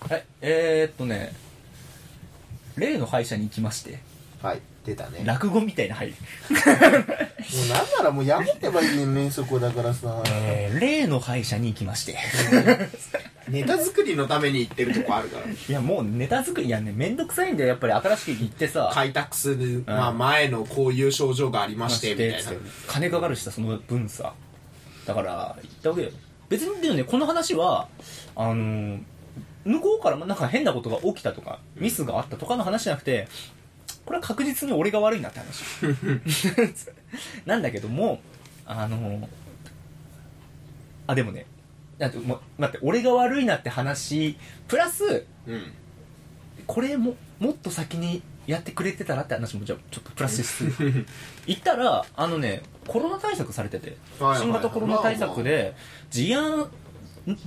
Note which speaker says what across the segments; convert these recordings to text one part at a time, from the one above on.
Speaker 1: はいえー、っとね例の歯医者に行きまして
Speaker 2: はい出たねもう
Speaker 1: 落語みたいな入る、
Speaker 2: なんならもうやめてばいいねんねそこだからさ
Speaker 1: えー、例の歯医者に行きまして
Speaker 2: ネタ作りのために行ってるとこあるから
Speaker 1: いやもうネタ作りやねめんどくさいんだよやっぱり新しく行ってさ
Speaker 2: 開拓する、まあ、前のこういう症状がありましてみたいな
Speaker 1: つって金かかるしさその分さだから言ったわけよ別にでもねこの話はあのー向こうからなんか変なことが起きたとかミスがあったとかの話じゃなくてこれは確実に俺が悪いなって話 なんだけどもあのーあでもねだってもう待って俺が悪いなって話プラス
Speaker 2: うん
Speaker 1: これももっと先にやってくれてたらって話もじゃあちょっとプラスです る行ったらあのねコロナ対策されてて
Speaker 2: はいはいはい
Speaker 1: 新型コロナ対策で次亜ん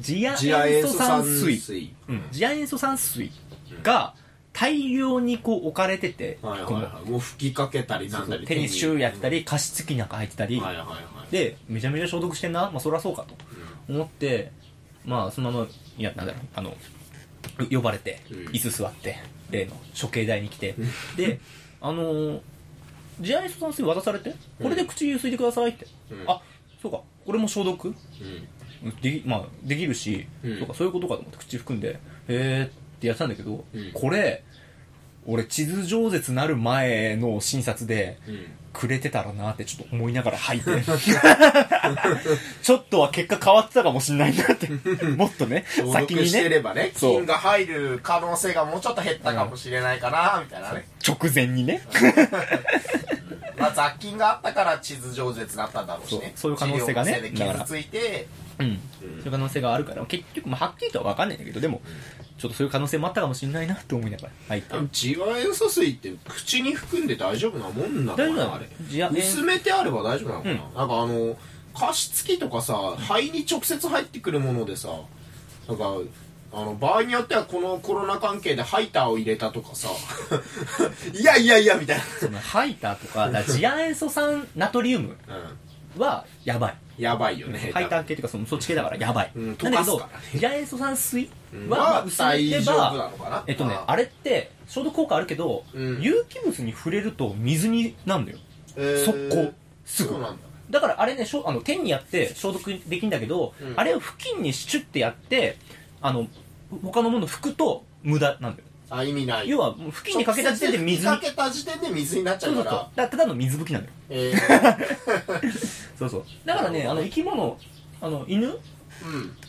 Speaker 1: 次亜
Speaker 2: 次亜塩
Speaker 1: 塩
Speaker 2: 素
Speaker 1: 素
Speaker 2: 酸
Speaker 1: 酸
Speaker 2: 水
Speaker 1: 水うん次亜塩素酸水が大量にこう置かれてて
Speaker 2: はいはい
Speaker 1: この
Speaker 2: はいもう吹きかけたりなんだり
Speaker 1: テニスシューやった
Speaker 2: り、
Speaker 1: り加湿器なんか入ってた
Speaker 2: う
Speaker 1: り
Speaker 2: んはいはいはい
Speaker 1: でめちゃめちゃ消毒してんなまあそりゃそうかと思ってまあそのままいやなんだろうあのう呼ばれて
Speaker 2: うん
Speaker 1: 椅子座って例の処刑台に来てであのー次亜塩素酸水渡されてこれで口ゆすいでくださいって、
Speaker 2: うん
Speaker 1: あそうかこれも消毒
Speaker 2: うん
Speaker 1: でき,、まあ、できるし、
Speaker 2: うん
Speaker 1: そうかそういうことかと思って口含んでへえってやってたんだけど、
Speaker 2: うん
Speaker 1: これ俺地図上舌なる前の診察で
Speaker 2: うんうん
Speaker 1: くれてたらなってちょっと思いながら吐いて ちょっとは結果変わってたかもしんないな ってもっとね
Speaker 2: 消
Speaker 1: 先
Speaker 2: 毒
Speaker 1: に
Speaker 2: してれ
Speaker 1: ね
Speaker 2: ばね
Speaker 1: そう
Speaker 2: 菌が入る可能性がもうちょっと減ったかもしれないかなみたいなね、
Speaker 1: 直前にね
Speaker 2: まあ、雑菌があったから地図上舌だったんだろうしね
Speaker 1: そうそういう可能性がね
Speaker 2: 治療のせいで傷ついて
Speaker 1: うんそういう可能性があるから結局まあはっきりとは分かんないんだけどでもちょっとそういう可能性もあったかもしんないなって思いながら吐いて
Speaker 2: 地和塩素水って口に含んで大丈夫なもんなの
Speaker 1: 大
Speaker 2: か
Speaker 1: 丈夫な
Speaker 2: な
Speaker 1: の
Speaker 2: あれ
Speaker 1: じゃあ
Speaker 2: 薄めてあれば大丈夫なのかな、なんかあの加湿器とかさ肺に直接入ってくるものでさなんかあの場合によってはこのコロナ関係でハイターを入れたとかさ いやいやいやみたい
Speaker 1: その吐いたとかだから次亜塩素酸ナトリウム
Speaker 2: な、うん、
Speaker 1: はやばい
Speaker 2: やばいよね
Speaker 1: ハイター系というかそのそっち系だからやばい、
Speaker 2: うん
Speaker 1: なんだけ
Speaker 2: 溶
Speaker 1: ど
Speaker 2: かすからね
Speaker 1: 次亜塩素酸水
Speaker 2: うん
Speaker 1: は、
Speaker 2: まあ
Speaker 1: まあ薄めれ
Speaker 2: 大丈夫な
Speaker 1: ば
Speaker 2: のかな
Speaker 1: えっとね
Speaker 2: あ
Speaker 1: あれって消毒効果あるけど、
Speaker 2: うん
Speaker 1: 有機物に触れると水になるのよ
Speaker 2: えー
Speaker 1: 速攻すぐ
Speaker 2: そうなんだ
Speaker 1: だからあれねしょあの手にやって消毒できるんだけど、
Speaker 2: うん
Speaker 1: あれを布巾にシュッてやってあの他のもの拭くと無駄なんだよ
Speaker 2: あ意味ない
Speaker 1: 要はもう布巾にかけた時点で水に
Speaker 2: 直接吹きかけた時点で水になっちゃ
Speaker 1: そう
Speaker 2: う
Speaker 1: そ
Speaker 2: か
Speaker 1: うそうだかららただの水拭きなんだよ
Speaker 2: えー
Speaker 1: そうそうだからねあの生き物あの犬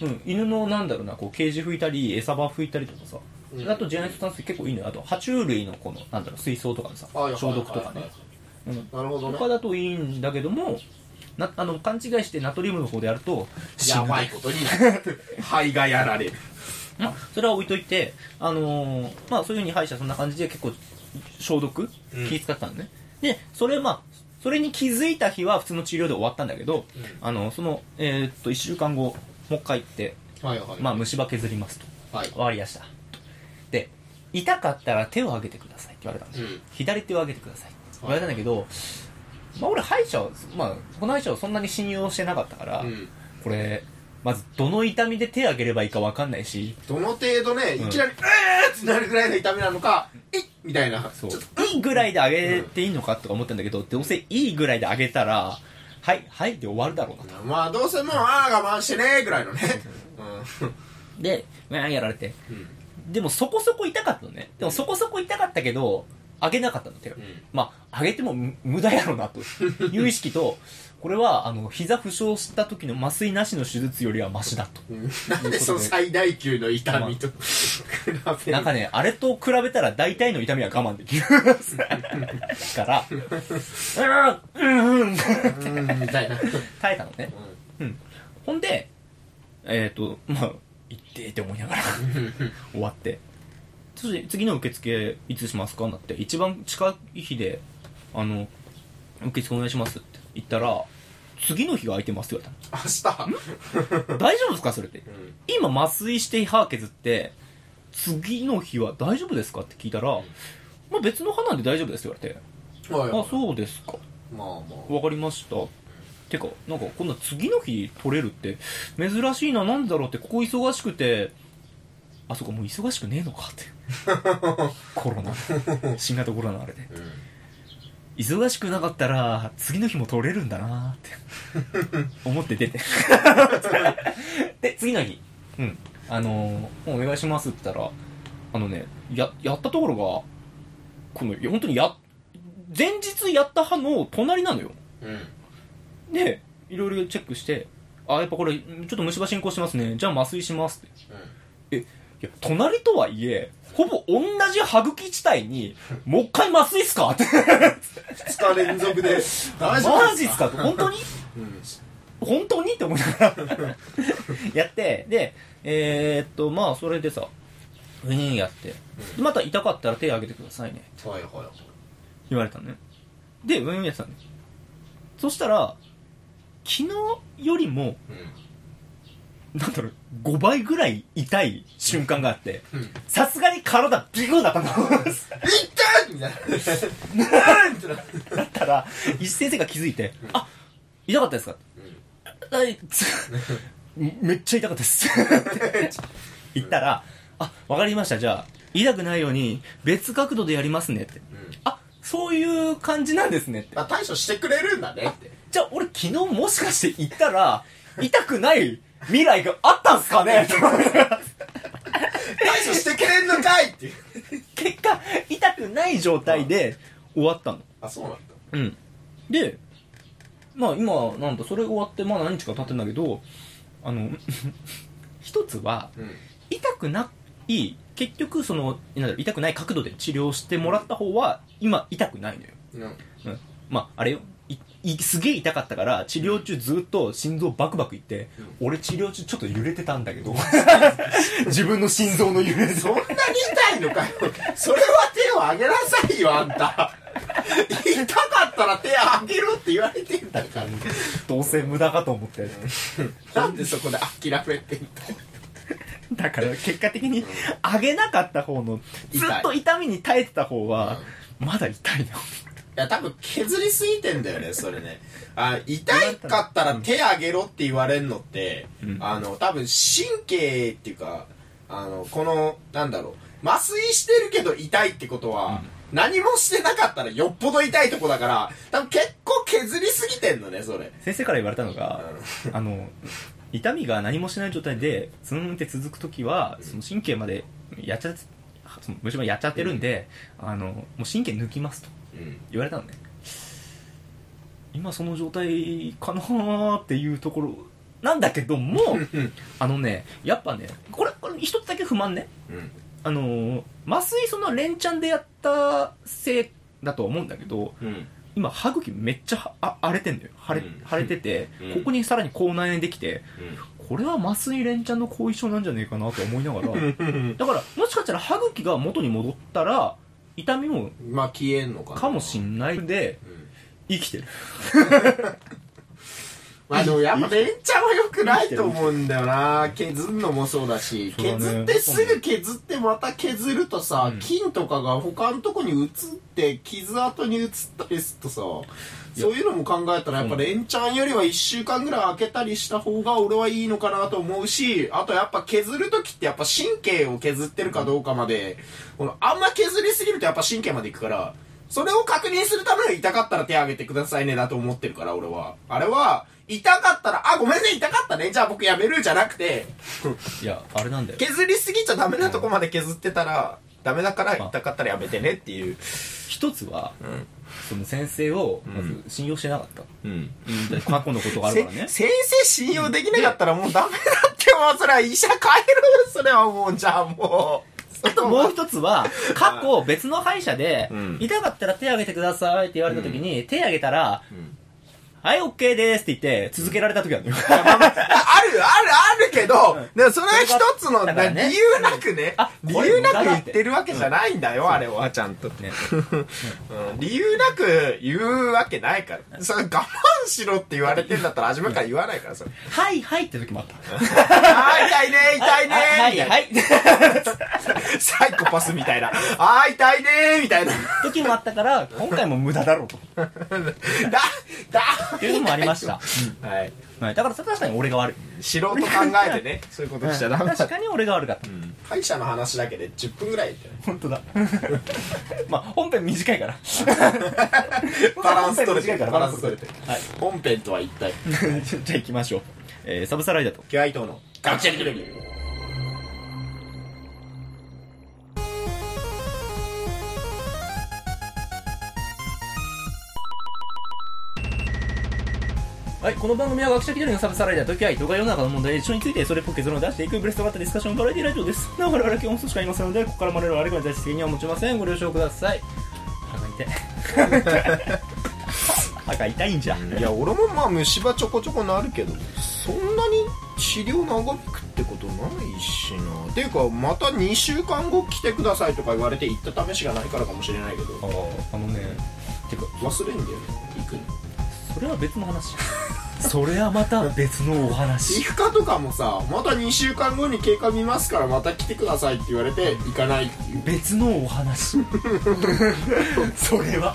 Speaker 2: うん
Speaker 1: うん、犬のなんだろうなこうケージ拭いたり餌場拭いたりとかさ、
Speaker 2: うん
Speaker 1: あとジェネット炭水結構いいのよあと爬虫類のこのなんだろう水槽とかのさ
Speaker 2: はいはいはいは
Speaker 1: 消
Speaker 2: い
Speaker 1: 毒とかねうん
Speaker 2: なるほどね
Speaker 1: 他だといいんだけどもなあの勘違いしてナトリウムの方でやると死ぬ
Speaker 2: やばいことにな る肺がやられる
Speaker 1: まあそれは置いといて、あのーまあ、そういうふうに歯医者そんな感じで結構消毒
Speaker 2: うん
Speaker 1: 気使ったのね、でそれまあそれに気づいた日は普通の治療で終わったんだけど、
Speaker 2: うん
Speaker 1: あのその、えーっと1週間後もう一回行って、
Speaker 2: はいはい
Speaker 1: まあ、虫歯削りますと
Speaker 2: はい
Speaker 1: 終わりましたで痛かったら手を上げてくださいって言われたんです、
Speaker 2: うん
Speaker 1: 左手を上げてくださいって言われたんだけど、まあ、俺歯医者は、まあ、この歯医者はそんなに信用してなかったから、
Speaker 2: うん
Speaker 1: これまずどの痛みで手を上げればいいか分かんないし
Speaker 2: どの程度ね、
Speaker 1: うん
Speaker 2: いきなり「えー!」ってなるぐらいの痛みなのか「いっ!」みたいな
Speaker 1: そういいぐらいで上げていいのかとか思ったんだけど、どうせいいぐらいで上げたらはいはいで終わるだろうなと
Speaker 2: まあどうせもうああ我慢してねーぐらいのね
Speaker 1: でうわーやられて
Speaker 2: うん
Speaker 1: でもそこそこ痛かったのねでもそこそこ痛かったけど上げなかったの手を、
Speaker 2: うん
Speaker 1: まあ上げても無無駄やろう なという意識とこれはあの膝負傷した時の麻酔なしの手術よりはマシだと
Speaker 2: うんなんでその最大級の痛みと比べ
Speaker 1: なん
Speaker 2: る
Speaker 1: かね、あれと比べたら大体の痛みは我慢でき る。から、うん、うん、
Speaker 2: うんみたいな
Speaker 1: 耐えたのね。うん。ほんで、えっ、と、まあ、行ってって思いなが ら終わって。そして次の受付いつしますかなって、一番近い日で、あの、受付お願いしますって言ったら、次の日が空いてますって言わ
Speaker 2: 明日
Speaker 1: れ たの。大丈夫ですかそれって
Speaker 2: う。ん
Speaker 1: 今麻酔して歯削って次の日は大丈夫ですかって聞いたら、まあ、別の歯なんで大丈夫ですって言われて、
Speaker 2: はいはい
Speaker 1: あそうですか
Speaker 2: まあまあ
Speaker 1: わかりましたてかなんかこんな次の日取れるって珍しいななんでだろうってここ忙しくてあそこもう忙しくねえのかって コロナ新型コロナあれで
Speaker 2: うん
Speaker 1: 忙しくなかったら次の日も取れるんだなーって思って出て で次の日うんあのーお願いします」って言ったらあのねややったところがこのいや本当にや前日やった派の隣なのよ
Speaker 2: うん
Speaker 1: でいろいろチェックして「あやっぱこれちょっと虫歯進行してますねじゃあ麻酔します」っていや隣とはいえほぼ同じ歯茎地帯にもう一回麻酔っすかって
Speaker 2: 2日連続で大丈夫
Speaker 1: マジっすかって本当に
Speaker 2: うん
Speaker 1: 本当にって思いながら やってでえーっとまあそれでさウィーンやってでまた痛かったら手挙げてくださいね
Speaker 2: はいはいはい
Speaker 1: 言われたのねでウィーンやってたのねそしたら昨日よりも
Speaker 2: う
Speaker 1: なんだろう5倍ぐらい痛い瞬間があって
Speaker 2: んうん
Speaker 1: さすがに体ビグーだったの
Speaker 2: 「いった!」みたいな「みたいな
Speaker 1: だったら石先生が気づいて「あ痛かったですか?」はい つめっちゃ痛かったですって言ったら「あわかりましたじゃあ痛くないように別角度でやりますね」って
Speaker 2: うん
Speaker 1: 「あそういう感じなんですね」って
Speaker 2: あ対処してくれるんだねって
Speaker 1: じゃあ俺昨日もしかして行ったら痛くない未来があったんすかねと思いながら
Speaker 2: 対処してくれんのかいっていう
Speaker 1: 結果痛くない状態で終わったの
Speaker 2: あそうなんだ
Speaker 1: うんでまあ今なんとそれ終わってまあ何日か経ってんだけどあの 一つは
Speaker 2: うん
Speaker 1: 痛くない結局そのなんだろう痛くない角度で治療してもらった方は今痛くないのよ、
Speaker 2: うん
Speaker 1: うん、まああれよいいすげえ痛かったから治療中ずっと心臓バクバクいって、俺治療中ちょっと揺れてたんだ けど自分の心臓の揺れ
Speaker 2: そんなに痛いのかよそれは手を挙げなさいよあんた痛かったら手を挙げろって言われてんだから
Speaker 1: どうせ無駄かと思って
Speaker 2: なんでそこで諦めてんだ
Speaker 1: だから結果的に上げなかった方の
Speaker 2: 痛い
Speaker 1: ずっと痛みに耐えてた方はまだ痛いの
Speaker 2: いや多分削りすぎてんだ よねそれねあ痛いかったら手あげろって言われるのって、
Speaker 1: うん
Speaker 2: あの多分神経っていうかあのこのなんだろう麻酔してるけど痛いってことは、何もしてなかったらよっぽど痛いとこだから多分結構削りすぎてんのねそれ
Speaker 1: 先生から言われたのがあの痛みが何もしない状態でつんって続く時はその神経までやっちゃその虫歯やっちゃってるんで、あのもう神経抜きますと
Speaker 2: うん
Speaker 1: 言われたのね今その状態かなーっていうところなんだけどもあのねやっぱねこれこれ一つだけ不満ね
Speaker 2: うん
Speaker 1: あのー麻酔その連チャンでやったせいだとは思うんだけど
Speaker 2: うん
Speaker 1: 今歯茎めっちゃはあ荒れてんだよ腫れ,、
Speaker 2: うん
Speaker 1: 腫れてて、
Speaker 2: うん
Speaker 1: ここにさらに口内炎できてこれは麻酔連チャンの後遺症なんじゃねえかなと思いな がらだからもしかしたら歯茎が元に戻ったら痛みも
Speaker 2: まあ消えんのかな
Speaker 1: かもしんないんで
Speaker 2: うん
Speaker 1: 生きてる
Speaker 2: まあでもやっぱ連チャンは良くないと思うんだよな削るのもそうだし
Speaker 1: そうだね
Speaker 2: 削ってすぐ削ってまた削るとさ、
Speaker 1: うん
Speaker 2: 菌とかが他のとこに移って傷跡に移ったりするとさそういうのも考えたらやっぱ連チャンよりは1週間ぐらい空けたりした方が俺はいいのかなと思うしあとやっぱ削る時ってやっぱ神経を削ってるかどうかまでこのあんま削りすぎるとやっぱ神経までいくからそれを確認するために痛かったら手挙げてくださいねだと思ってるから俺はあれは痛かったらあごめんね痛かったねじゃあ僕やめるじゃなくて
Speaker 1: いやあれなんだよ
Speaker 2: 削りすぎちゃダメなとこまで削ってたらダメだから痛かったらやめてねっていう
Speaker 1: 一つは
Speaker 2: うん
Speaker 1: その先生をまず信用してなかった、
Speaker 2: うん
Speaker 1: うん過去のことがあるからね
Speaker 2: せ先生信用できなかったらもうダメだってもうそれは医者変えるそれはもうじゃあもう
Speaker 1: あともう一つは、過去別の歯医者で
Speaker 2: うん、
Speaker 1: 痛かったら手挙げてくださいって言われた時に、手挙げたら、
Speaker 2: ん
Speaker 1: はい、OK ですって言って、続けられた時あるのよ。
Speaker 2: あるあるあるけど、でもそれは一つの
Speaker 1: だからね
Speaker 2: 理由なくね
Speaker 1: うんあ、
Speaker 2: 理
Speaker 1: これ
Speaker 2: 由なく
Speaker 1: 無駄だっ
Speaker 2: 言っててるわけじゃないんだよ、あれはちゃんと、
Speaker 1: ね
Speaker 2: うん理由なく言うわけないからそれ我慢しろって言われてんだったら初めから言わないからそれ
Speaker 1: はい、はいって時もあった。
Speaker 2: あー痛いね痛いね
Speaker 1: はい、
Speaker 2: みたいな
Speaker 1: はい。
Speaker 2: サイコパスみたいなあー痛いねみたいな
Speaker 1: 時もあったから、今回も無駄だろうと。っ
Speaker 2: だだ
Speaker 1: ていうのもありました。
Speaker 2: はい
Speaker 1: はい、だから確かに俺が悪い。
Speaker 2: 素人考えてねそういうことしちゃダメだ
Speaker 1: 確かに俺が悪かった。
Speaker 2: 歯医者の話だけで10分ぐ らいってね
Speaker 1: 本当だまあ本編短いから
Speaker 2: バランス取れ
Speaker 1: 本編短
Speaker 2: て
Speaker 1: いか
Speaker 2: る
Speaker 1: ら
Speaker 2: バランス取れてる
Speaker 1: はい
Speaker 2: 本編とは一体
Speaker 1: じゃあ行きましょう、えーサブサライダーと
Speaker 2: キュアイトのガクチャリテレビ
Speaker 1: はい、この番組は学者気取りのサブサライダーときあいとが世の中の問題や一緒についてそれっぽく結論を出していくブレスト型ディスカッションバラエティラジオですなお我々は基本素しかいませんのでここから生まれるあれこれに対して責任は持ちませんご了承ください歯が痛い歯が痛いんじゃん
Speaker 2: いや俺もまあ虫歯ちょこちょこなるけどそんなに治療長引くってことないしなっていうかまた2週間後来てくださいとか言われて行った試しがないからかもしれないけど
Speaker 1: ああのねてか
Speaker 2: 忘れんだよね行くの
Speaker 1: それは別の話それはまた別のお
Speaker 2: 皮
Speaker 1: 話
Speaker 2: 膚科とかもさまた2週間後に経過見ますからまた来てくださいって言われて行かないっていう
Speaker 1: 別のお話それは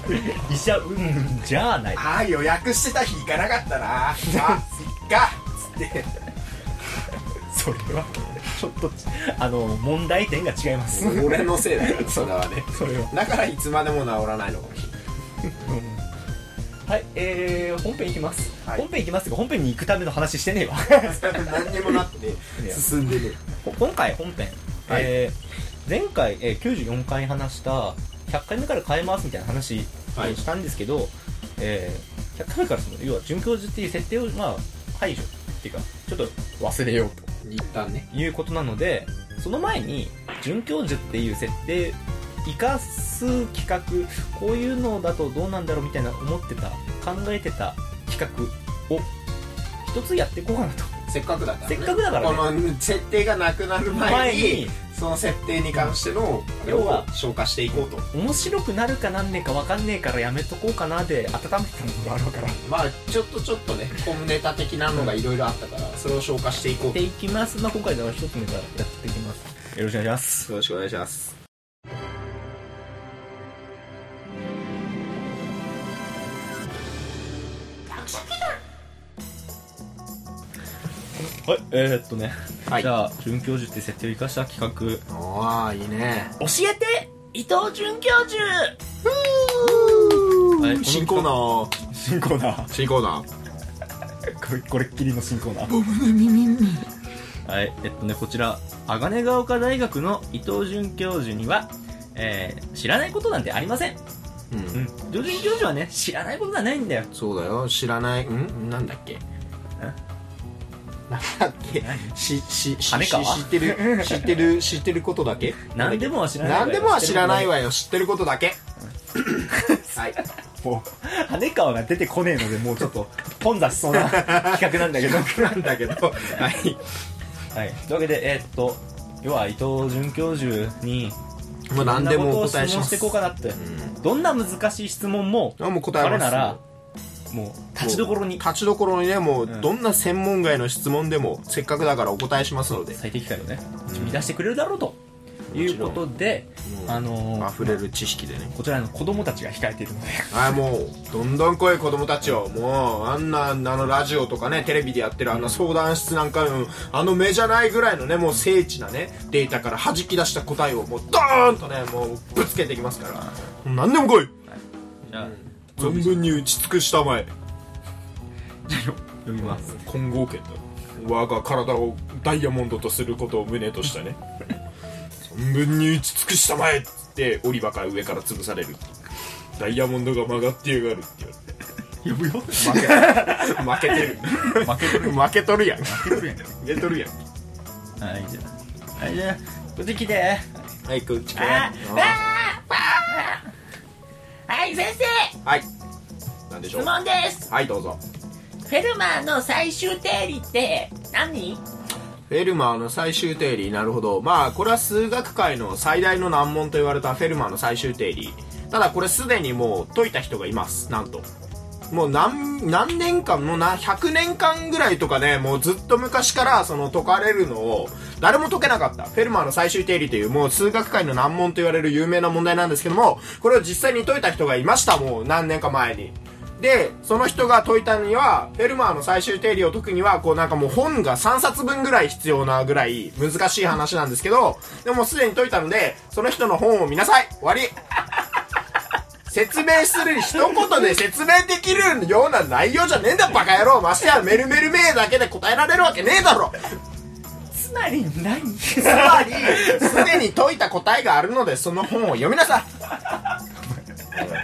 Speaker 1: 医者うんじゃあない
Speaker 2: ああ予約してた日行かなかった なあっかっつって
Speaker 1: それはちょっとあの問題点が違います
Speaker 2: 俺のせいだよ それはね
Speaker 1: それは
Speaker 2: だからいつまでも治らないのかもしれない
Speaker 1: はい、えー、本編いきます、
Speaker 2: はい
Speaker 1: 本編いきますが本編に行くための話してねえわ
Speaker 2: 何にもなってね
Speaker 1: いや
Speaker 2: 進んでね
Speaker 1: ほ今回本編、
Speaker 2: はい
Speaker 1: えー前回、えー94回話した100回目から変えますみたいな話を
Speaker 2: はい
Speaker 1: したんですけど、えー100回目からその要は准教授っていう設定を、まあ、排除っていうかちょっと忘れようと
Speaker 2: 一旦ね
Speaker 1: いうことなのでその前に准教授っていう設定生かす企画こういうのだとどうなんだろうみたいな思ってた考えてた企画を一つやっていこうかなと
Speaker 2: せっかくだから、ね、
Speaker 1: せっかくだからね
Speaker 2: この設定がなくなる前
Speaker 1: 前
Speaker 2: に
Speaker 1: に
Speaker 2: その設定に関してのあれを
Speaker 1: 要は
Speaker 2: 消化していこうと
Speaker 1: 面白くなるかなんねえかわかんねえからやめとこうかなで温めてたものがあるからっ
Speaker 2: まあちょっとちょっとねコムネタ的なのがいろいろあったからそれを消化していこうと
Speaker 1: ていきますまあ今回では一つネタやっていきますよろしくお願いします
Speaker 2: よろしくお願いします
Speaker 1: はいえー、っとね、
Speaker 2: はい
Speaker 1: じゃあ准教授って設定を生かした企画
Speaker 2: ああいいね
Speaker 1: 教えて伊藤准教授はいこの
Speaker 2: 新コ
Speaker 1: 新コー
Speaker 2: ーナー
Speaker 1: ナー
Speaker 2: 新コーナー
Speaker 1: これこれっきりの新コーナーはいえっとねこちら鋼ヶ丘大学の伊藤准教授には、えー知らないことなんてありません、
Speaker 2: うん、
Speaker 1: うん、伊藤准教授はね知らないことはないんだよ
Speaker 2: そうだよ知らないんなんだっけなんだっけししし
Speaker 1: 羽
Speaker 2: し
Speaker 1: 川
Speaker 2: 知ってる知ってる知ってることだけ
Speaker 1: 何でもは知らないわよ
Speaker 2: 何でもは知らないわよ知ってることだけ はい
Speaker 1: もう羽川が出てこねえのでもうちょっと混雑しそうな 企画なんだけ ど
Speaker 2: なんだけどは
Speaker 1: は
Speaker 2: い
Speaker 1: いというわけでえーっと要は伊藤准教授に
Speaker 2: もう何でもお
Speaker 1: こんなこ
Speaker 2: 答え
Speaker 1: とを
Speaker 2: し
Speaker 1: 質
Speaker 2: ま
Speaker 1: 問
Speaker 2: す
Speaker 1: していこうかなって、
Speaker 2: う
Speaker 1: どんな難しい質問も
Speaker 2: んあもう答え
Speaker 1: 我
Speaker 2: ます
Speaker 1: ならもう立ちどころに
Speaker 2: 立ちどころにねもう、
Speaker 1: ん
Speaker 2: どんな専門外の質問でもせっかくだからお答えしますので
Speaker 1: 最適解をね生み出してくれるだろうとい
Speaker 2: もち
Speaker 1: う
Speaker 2: ろ
Speaker 1: こ
Speaker 2: ん
Speaker 1: とで、
Speaker 2: もう
Speaker 1: あのー
Speaker 2: 溢れる知識でね
Speaker 1: こちらの子供たちが控えているので
Speaker 2: あもうどんどん来い子供たちをもうあんなあのラジオとかねテレビでやってるあんな相談室なんかのあの目じゃないぐらいのねもう精緻なねデータから弾き出した答えをもうドーンとねもうぶつけてきますからもう何でも来い
Speaker 1: じゃあ
Speaker 2: 存分に打ち尽くしたまえ
Speaker 1: 読みます
Speaker 2: 金剛剣だ我が体をダイヤモンドとすることを胸としたね存分に打ち尽くしたまえっつってオリバから上から潰されるダイヤモンドが曲がってやがるって言われて
Speaker 1: 読むよ
Speaker 2: 負けてる
Speaker 1: 負けてる
Speaker 2: 負けとるやん
Speaker 1: 負けてるやん
Speaker 2: 負けとるやん
Speaker 1: はいじゃあはいじゃあこっち来て
Speaker 2: はいこっち
Speaker 1: あー
Speaker 3: はい先生
Speaker 2: はいなんでしょう
Speaker 3: 質問です
Speaker 2: はいどうぞ
Speaker 3: フェルマーの最終定理って何
Speaker 2: フェルマーの最終定理なるほどまあこれは数学界の最大の難問と言われたフェルマーの最終定理ただこれすでにもう解いた人がいますなんともう何何年間もうな100年間ぐらいとかねもうずっと昔からその解かれるのを誰も解けなかったフェルマーの最終定理というもう数学界の難問と言われる有名な問題なんですけどもこれを実際に解いた人がいましたもう何年か前にでその人が解いたのにはフェルマーの最終定理を解くにはこうなんかもう本が3冊分ぐらい必要なぐらい難しい話なんですけどでももうすでに解いたのでその人の本を見なさい終わり説明するに一言で説明できるような内容じゃねえんだバカ野郎ましてやメルメルメーだけで答えられるわけねえだろ
Speaker 1: つまり何
Speaker 2: つま りすでに解いた答えがあるのでその本を読みなさい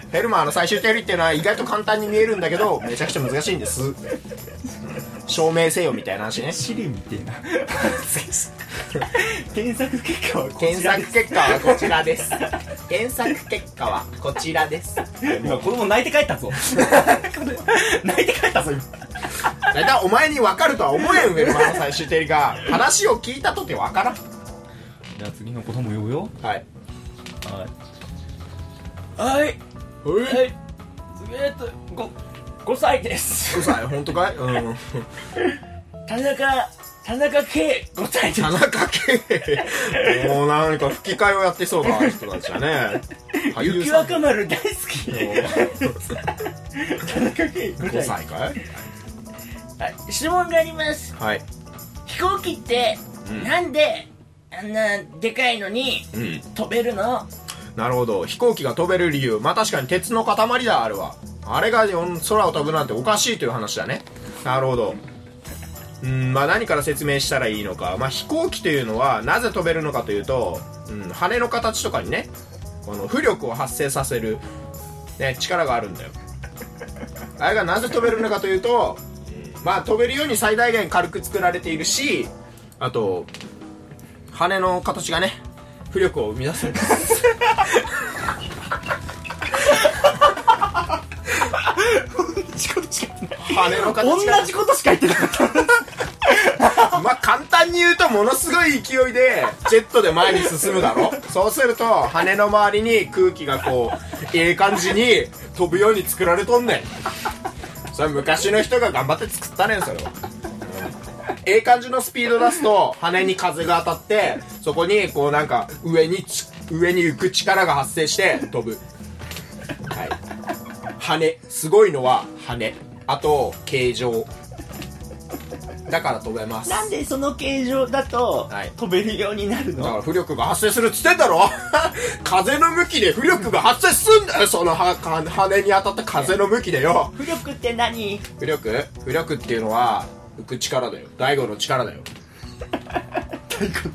Speaker 2: フェルマーの最終定理っていうのは意外と簡単に見えるんだけどめちゃくちゃ難しいんです証明せよみたいな話ね
Speaker 1: シリみてえな検索結果はこ
Speaker 2: 検索結果はこちらです検索結果はこちらです
Speaker 1: 今子供泣いて帰った ぞ泣いて帰ったぞ今
Speaker 2: だいたいお前に分かるとは思えんフェルマーの最終定理が話を聞いたとて分からん
Speaker 1: じゃあ次の子供呼ぶよ
Speaker 2: はい
Speaker 1: はいはい
Speaker 2: え
Speaker 1: い次えっとご5歳です
Speaker 2: うさい本当かいうん
Speaker 1: 田中田中圭5歳で
Speaker 2: 田中圭もう何か吹き替えをやってそうな人たちだね俳優
Speaker 1: 雪
Speaker 2: さん
Speaker 1: 若丸大好き田中圭
Speaker 2: 5
Speaker 1: 5歳
Speaker 2: 歳かい
Speaker 3: あ質問があります
Speaker 2: はい
Speaker 3: 飛行機って、
Speaker 2: ん
Speaker 3: なんであんなでかいのに
Speaker 2: うん
Speaker 3: 飛べるの
Speaker 2: なるほど飛行機が飛べる理由まあ確かに鉄の塊だあれはあれがうん空を飛ぶなんておかしいという話だねなるほどうんまあ何から説明したらいいのか、まあ、飛行機というのはなぜ飛べるのかというと、うん、羽の形とかにねこの浮力を発生させる、ね、力があるんだよあれがなぜ飛べるのかというと、まあ飛べるように最大限軽く作られているしあと羽の形がね浮力を生み出せる羽の形が
Speaker 1: 同じことしか言ってなか った
Speaker 2: まあ簡単に言うとものすごい勢いでジェットで前に進むだろそうすると羽の周りに空気がこうええ感じに飛ぶように作られとんねんそれ昔の人が頑張って作ったねんそれはええ感じのスピード出すと羽に風が当たってそこにこうなんか上にち上に浮く力が発生して飛ぶはい羽すごいのは羽あと形状だから飛べます
Speaker 1: なんでその形状だと
Speaker 2: はい
Speaker 1: 飛べるようになる
Speaker 2: だか
Speaker 1: の
Speaker 2: ら浮力が発生するっつってんだろ 風の向きで浮力が発生すんだよそのはか羽に当たった風の向きでよ
Speaker 1: 浮力って何
Speaker 2: 浮力浮力っていうのは浮く力だよ大悟の力だよ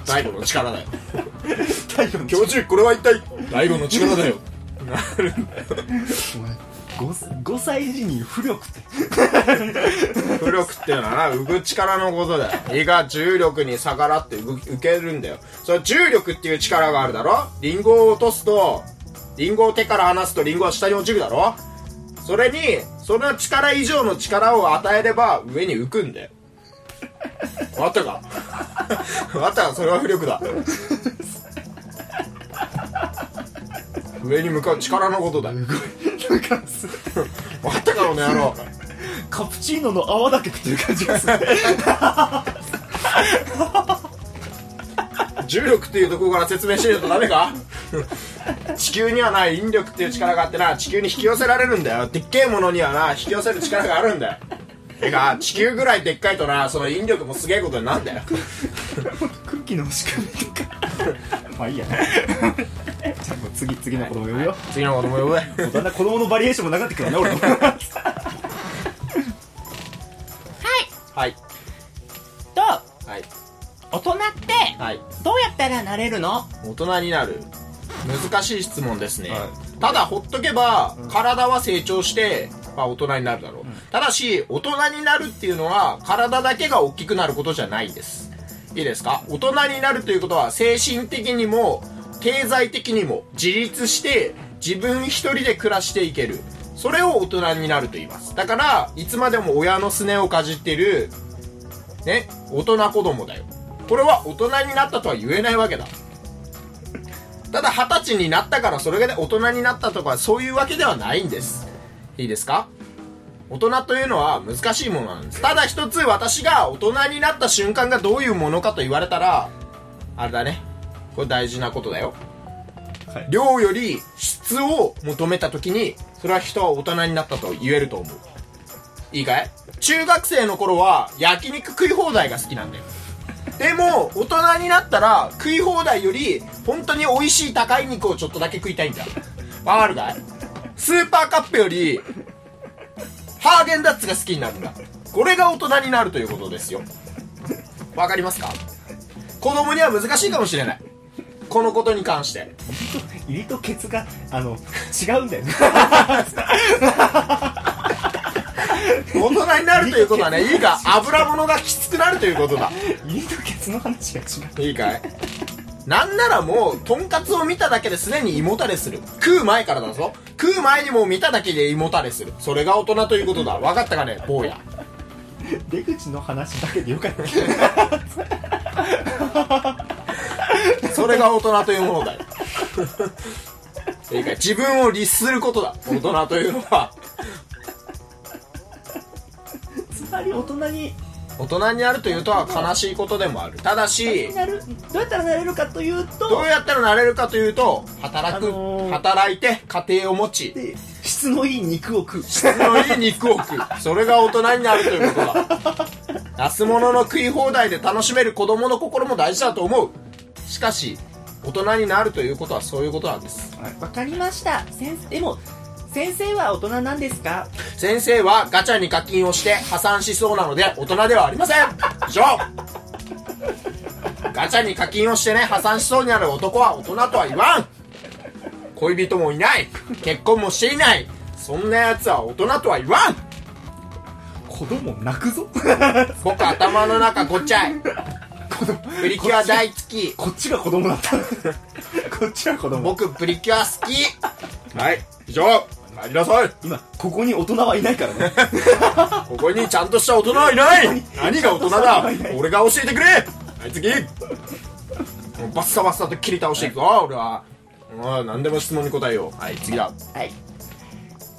Speaker 2: 大悟の力だよ
Speaker 1: 太陽の
Speaker 2: 教授これは一体大悟の力だよ
Speaker 1: お前 5, 5歳児に浮力って
Speaker 2: 浮力っていうのはな浮く力のことだよ胃が重力に逆らって浮浮けるんだよそれ重力っていう力があるだろリンゴを落とすとリンゴを手から離すとリンゴは下に落ちるだろそれにその力以上の力を与えれば上に浮くんだよあったかあったかそれは浮力だ上に向かう力のことだよ
Speaker 1: なんかす
Speaker 2: あったかこの野郎
Speaker 1: カプチーノの泡だけ食ってる感じがす る
Speaker 2: 重力っていうところから説明しないとダメか地球にはない引力っていう力があってな地球に引き寄せられるんだよでっけえものにはな引き寄せる力があるんだよてか地球ぐらいでっかいとなその引力もすげえことになんだよ
Speaker 1: 空気の仕組みと かまあ いいやねじゃあもう次次の子供呼ぶよ
Speaker 2: 次のことも呼ぶ
Speaker 1: もうだんだん子供のバリエーションもなくなってくるね俺も
Speaker 2: はい
Speaker 3: と
Speaker 2: はい
Speaker 3: 大人って
Speaker 2: はい
Speaker 3: どうやったらなれるの
Speaker 2: 大人になる難しい質問ですね、
Speaker 1: は
Speaker 2: ただほっとけば体は成長して、まあ、大人になるだろう、ただし大人になるっていうのは体だけが大きくなることじゃないですいいですか大人になるということは精神的にも経済的にも自立して自分一人で暮らしていけるそれを大人になると言いますだからいつまでも親のすねをかじってるね大人子供だよこれは大人になったとは言えないわけだただ二十歳になったからそれで大人になったとかそういうわけではないんですいいですか大人というのは難しいものなんですただ一つ私が大人になった瞬間がどういうものかと言われたらあれだねこれ大事なことだよ、
Speaker 1: はい
Speaker 2: 量より質を求めた時にそれは人は大人になったと言えると思ういいかい中学生の頃は焼肉食い放題が好きなんだよでも大人になったら食い放題より本当に美味しい高い肉をちょっとだけ食いたいんだわかるかいスーパーカップよりハーゲンダッツが好きになるんだこれが大人になるということですよわかりますか子供には難しいかもしれないこのことに関して
Speaker 1: 入りとケツがあの違うん だよね
Speaker 2: 大人になるということはねいいか油物がきつくなるということだ
Speaker 1: 入りとケツの話が違う
Speaker 2: いいかいなんならもう、とんかつを見ただけですでに胃もたれする。食う前からだぞ。食う前にもう見ただけで胃もたれする。それが大人ということだ。分かったかね、坊や。
Speaker 1: 出口の話だけでよかった
Speaker 2: それが大人というものだよ。いいかい自分を律することだ。大人というのは。
Speaker 1: つまり大人に
Speaker 2: 大人になるというとは悲しいことでもある。ただし、
Speaker 1: なるどうやったらなれるかというと
Speaker 2: どうやったらなれるかというと、働く、
Speaker 1: あのー
Speaker 2: 働いて家庭を持ち、
Speaker 1: で質のいい肉を食う
Speaker 2: 質のいい肉を食う。それが大人になるということだ。安物の食い放題で楽しめる子供の心も大事だと思う。しかし、大人になるということはそういうことなんです。
Speaker 1: わかりました先でも先生は大人なんですか
Speaker 2: 先生はガチャに課金をして破産しそうなので大人ではありません。以上ガチャに課金をしてね、破産しそうになる男は大人とは言わん恋人もいない結婚もしていないそんな奴は大人とは言わん
Speaker 1: 子供泣くぞ
Speaker 2: 僕頭の中ごっちゃい
Speaker 1: 子供
Speaker 2: プリキュア大好き
Speaker 1: こっちが子供だった こっちが子供
Speaker 2: 僕プリキュア好きはい以上ありなさい
Speaker 1: 今ここに大人はいないからね
Speaker 2: ここにちゃんとした大人はいない何が大人だ俺が教えてくれはい次もうバッサバッサと切り倒していくぞ俺はおい何でも質問に答えようはい次だ
Speaker 3: はい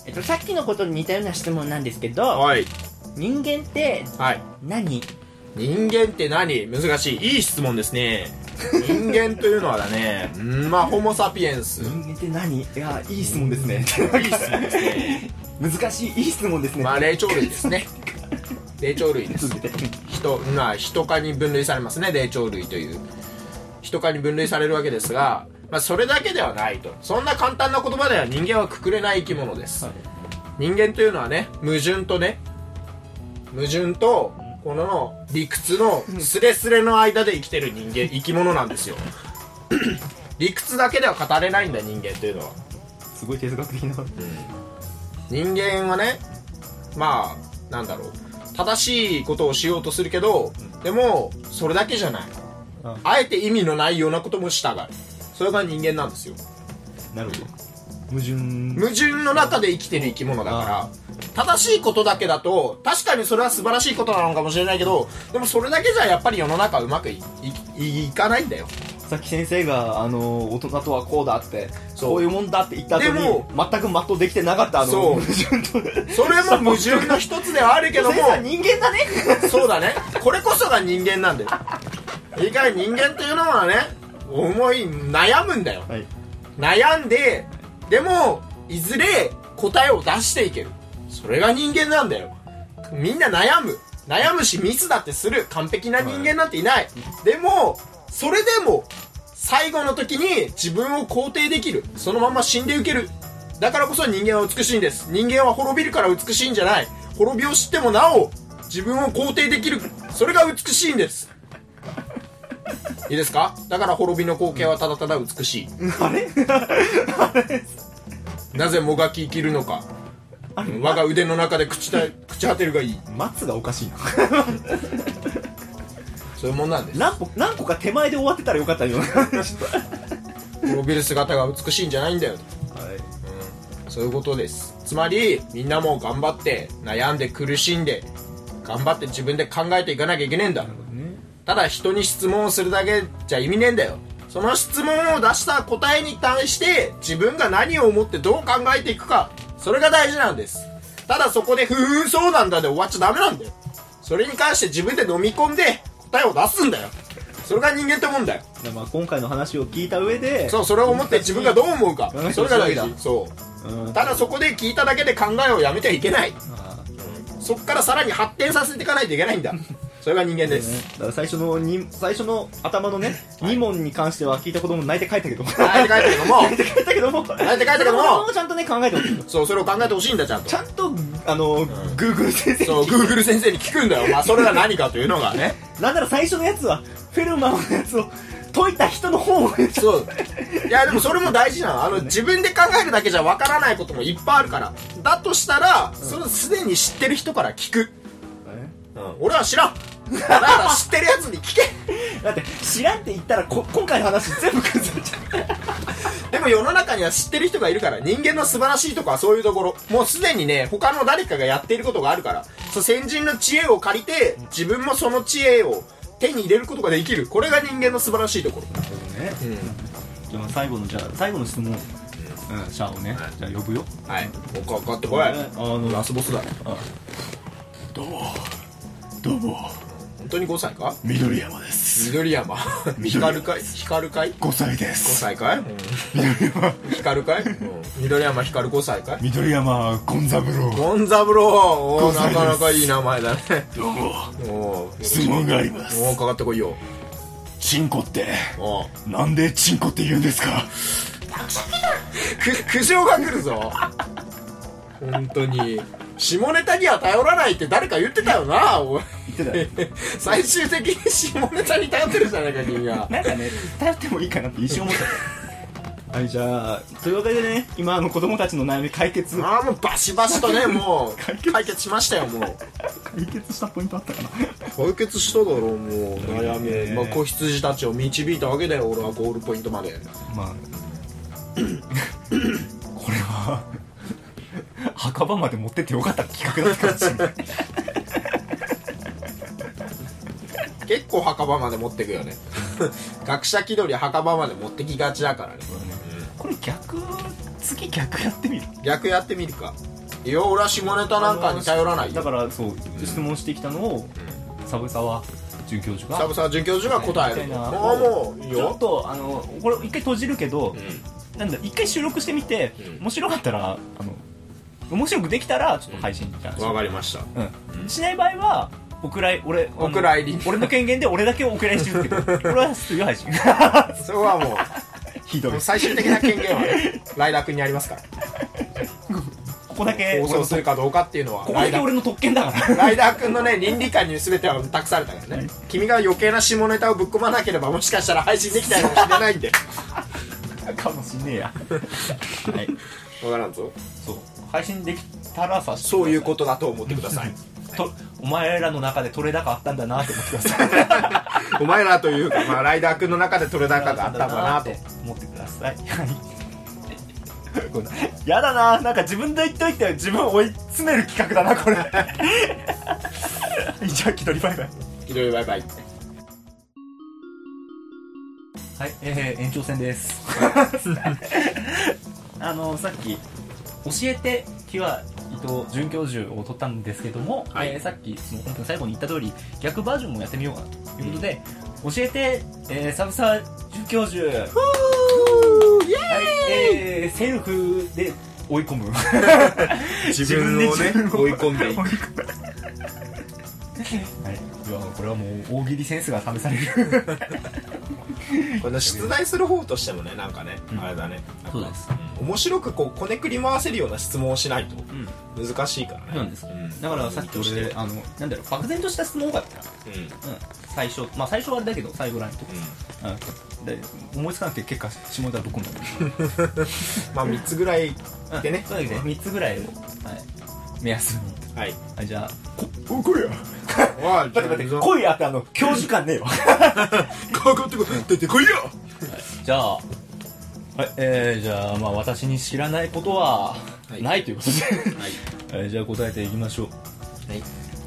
Speaker 3: えっとさっきのことに似たような質問なんですけど
Speaker 2: はい
Speaker 3: 人間って
Speaker 2: はい
Speaker 3: 何
Speaker 2: 人間って何難しいいい質問ですね人間というのはだねうんまあホモ・サピエンス
Speaker 1: 人間って何いやいい質問ですね
Speaker 2: いい質問ですね
Speaker 1: 難しいいい質問ですね、
Speaker 2: まあ霊長類です ね霊長類です
Speaker 1: 続けて
Speaker 2: 人まあ人科に分類されますね霊長類という人科に分類されるわけですが、まあ、それだけではないとそんな簡単な言葉では人間はくくれない生き物です、
Speaker 1: はい
Speaker 2: 人間というのはね矛盾とね矛盾とこの理屈のスレスレの間で生きてる人間生き物なんですよ 理屈だけでは語れないんだ人間というのは
Speaker 1: すごい哲学的な
Speaker 2: 人間はねまあなんだろう正しいことをしようとするけどでもそれだけじゃない
Speaker 1: あ
Speaker 2: あえて意味のないようなことも従うそれが人間なんですよ
Speaker 1: なるほど矛盾
Speaker 2: 矛盾の中で生きてる生き物だから正しいことだけだと確かにそれは素晴らしいことなのかもしれないけどでもそれだけじゃやっぱり世の中はうまくいいいかないんだよ
Speaker 1: さっき先生が、あの、大人とはこうだって、
Speaker 2: そう
Speaker 1: こういうもんだって言った後に、
Speaker 2: でも
Speaker 1: 全く全うできてなかった、あの、
Speaker 2: そう
Speaker 1: 矛盾と。
Speaker 2: それも矛盾の一つではあるけども
Speaker 1: 先生は人間だね
Speaker 2: そうだね。これこそが人間なんだよ。いいかい人間っていうのはね、思い、悩むんだよ。
Speaker 1: はい。
Speaker 2: 悩んで、でも、いずれ答えを出していける。それが人間なんだよ。みんな悩む。悩むしミスだってする。完璧な人間なんていない。でも、それでも、最後の時に自分を肯定できる。そのまま死んでいける。だからこそ人間は美しいんです。人間は滅びるから美しいんじゃない。滅びを知ってもなお、自分を肯定できる。それが美しいんです。いいですかだから滅びの光景はただただ美しい。
Speaker 1: あれ
Speaker 2: なぜもがき生きるのか我が腕の中で朽ちた朽ち果てるがいい
Speaker 1: 松がおかしいな。
Speaker 2: そういうもんなんです
Speaker 1: 何歩、何個か手前で終わってたらよかったよ。はい。
Speaker 2: 滅びる姿が美しいんじゃないんだよそういうことですつまりみんなも頑張って悩んで苦しんで頑張って自分で考えていかなきゃいけねえんだただ人に質問をするだけじゃ意味ねえんだよその質問を出した答えに対して自分が何を思ってどう考えていくかそれが大事なんですただそこで「ふーんそうなんだ」で終わっちゃダメなんだよそれに関して自分で飲み込んで答えを出すんだよそれが人間ってもんだよ
Speaker 1: でまあ今回の話を聞いた上で、
Speaker 2: そうそれを思って自分がどう思うか
Speaker 1: 考えてほしい
Speaker 2: それが大
Speaker 1: わ
Speaker 2: 事
Speaker 1: け
Speaker 2: そ
Speaker 1: うん
Speaker 2: ただそこで聞いただけで考えをやめてはいけない
Speaker 1: あー
Speaker 2: そこからさらに発展させていかないといけないん だそれが人間です、
Speaker 1: だから最初のに最初の頭のね2問に関しては聞いたことも泣いて帰ったけども泣
Speaker 2: あえて書いてるのも
Speaker 1: いて 帰ったけども泣
Speaker 2: いて帰ったけども
Speaker 1: ちゃんとね考えてほしいの
Speaker 2: そうそれを考えてほしいんだちゃんと
Speaker 1: ちゃんとあの Google 先生
Speaker 2: そう
Speaker 1: に聞い
Speaker 2: Google 先生に聞くんだよ、まあ、それが何かというのが ね
Speaker 1: てなんなら最初のやつはフェルマーのやつを解いた人の本を読んだ
Speaker 2: そういやでもそれも大事なのあの自分で考えるだけじゃわからないこともいっぱいあるからだとしたらそれすでに知ってる人から聞く、うん、俺は知 らんだから知ってるやつに聞け
Speaker 1: だって知らんって言ったらこ今回の話全部崩れちゃ
Speaker 2: でも世の中には知ってる人がいるから人間の素晴らしいとこはそういうところもうすでにね他の誰かがやっていることがあるからそう先人の知恵を借りて自分もその知恵を手に入れることができるこれが人間の素晴らしいところ
Speaker 1: うねじゃあ最後のじゃあ最後の質問うんシャアをねじゃあ呼ぶよ
Speaker 2: はいおかかかってこい
Speaker 1: ねあの
Speaker 2: ラスボスだ
Speaker 4: どうもどうも
Speaker 2: 本当に5歳か
Speaker 4: 緑山です
Speaker 2: 緑山光るかい光るかい5
Speaker 4: 5歳で
Speaker 2: 歳かい、光るかい、緑山光る5歳かい
Speaker 4: 緑山ゴンザブロー
Speaker 2: ゴンザブローお
Speaker 4: ゴ
Speaker 2: ー
Speaker 4: ンザ
Speaker 2: な
Speaker 4: ブロー
Speaker 2: かなかいい名前だね
Speaker 4: どうも
Speaker 2: おー
Speaker 4: 質問があります
Speaker 2: おーかかってこいよ
Speaker 4: チンコって
Speaker 2: おー
Speaker 4: なんでチンコって言うんですか
Speaker 2: く苦情が来るぞ本当に下ネタには頼らないって誰か言ってたよなおい
Speaker 1: 言って
Speaker 2: 最終的に下ネタに頼ってるじゃないか君は
Speaker 1: たなんかね頼ってもいいかなって一瞬思ったはいじゃあというわけでね今あの子供たちの悩み解決
Speaker 2: ああもうバシバシとねも
Speaker 1: 解
Speaker 2: う解決しましたよもう
Speaker 1: 解決したポイントあったかな
Speaker 2: 解決しただろうもう悩み、
Speaker 1: ね
Speaker 2: まあ、子羊たちを導いたわけだよ俺はゴールポイントまで
Speaker 1: まあこれは墓場まで持ってってよかった企画だったかもしれない
Speaker 2: 結構墓場まで持ってくよね 学者気取り墓場まで持ってきがちだからね
Speaker 1: これ逆次逆やってみる
Speaker 2: 逆やってみるかいや俺は下ネタなんかに頼らない
Speaker 1: だ
Speaker 2: よ
Speaker 1: からそう質問してきたのをサブサワ准教授
Speaker 2: サ
Speaker 1: が
Speaker 2: ブサー准教授が答える
Speaker 1: はいみ
Speaker 2: あ
Speaker 1: たいな
Speaker 2: あもういい
Speaker 1: ちょっ
Speaker 2: よ
Speaker 1: とあのこれ一回閉じるけど、なんだ一回収録してみて、
Speaker 2: うん
Speaker 1: 面白かったらあの面白くできたらちょっと配信って話、
Speaker 2: わかりました
Speaker 1: うん、しない場合はお蔵入り俺あの
Speaker 2: お蔵入り
Speaker 1: 俺の権限で俺だけお蔵入りしてるけど これはすぐ配信
Speaker 2: それはも
Speaker 1: ひど
Speaker 2: うもう最終的な権限はねライダー君にありますから
Speaker 1: ここだけ
Speaker 2: 放
Speaker 1: 俺の
Speaker 2: 送するかどうかっていうのは
Speaker 1: ここ
Speaker 2: ラ
Speaker 1: だけ
Speaker 2: イダー
Speaker 1: 俺の特権だ から
Speaker 2: ライダー君のね倫理観に全ては託されたからね君が余計な下ネタをぶっ込まなければもしかしたら配信できないかもしれないんで
Speaker 1: かもしんね えやはい
Speaker 2: わからんぞ
Speaker 1: そう配信できたらさ
Speaker 2: そういうことだと思ってください
Speaker 1: とお前らの中で取れ高あったんだなと思ってください
Speaker 2: お前らというか、まあ、ライダー君の中で取れ高があったんだなと
Speaker 1: 思ってくださいはいこんなやだななんか自分で言っといて自分を追い詰める企画だなこれはいじゃあ気取りバイバイ
Speaker 2: ひどいバイバイ
Speaker 1: はい、えー、延長戦です。 あの、さっき、教えて、キは伊藤准教授を取ったんですけども、
Speaker 2: はい
Speaker 1: えーさっき、その本編最後に言った通り、逆バージョンもやってみようかなということで、教えて、えー、サブサー准教授。はい、えー、セルフで追い込 む。
Speaker 2: 自分をね
Speaker 1: 自分を
Speaker 2: 追い込 んでいく
Speaker 1: はい、うわこれはもう大喜利センスが試される。
Speaker 2: この出題する方としてもねなんかね、あれだね
Speaker 1: そうです
Speaker 2: 面白くこうこねくり回せるような質問をしないと
Speaker 1: ん
Speaker 2: 難しいからね、
Speaker 1: そうなんです
Speaker 2: うん
Speaker 1: だからさっき俺、あの、なんだろう、漠然とした質問多かったな。
Speaker 2: うん
Speaker 1: うん、最初まあ最初はあれだけど最後らへんと
Speaker 2: う
Speaker 1: うんで思いつかなくて結果下ネタぶっ込んだ
Speaker 2: んまあ3つぐらい
Speaker 1: もん
Speaker 2: でね
Speaker 1: そうですね3つぐらいを、はい、目安に
Speaker 2: はい
Speaker 1: はいじゃあ
Speaker 2: お来 いやおい
Speaker 1: 待って待って恋あってあの教授感ねえわ
Speaker 2: かかってこい出てこいよ
Speaker 1: じゃあはいえー、じゃあまあ私に知らないことは
Speaker 2: はい
Speaker 1: ないということで、
Speaker 2: は い
Speaker 1: はい、じゃあ答えていきましょう
Speaker 2: はい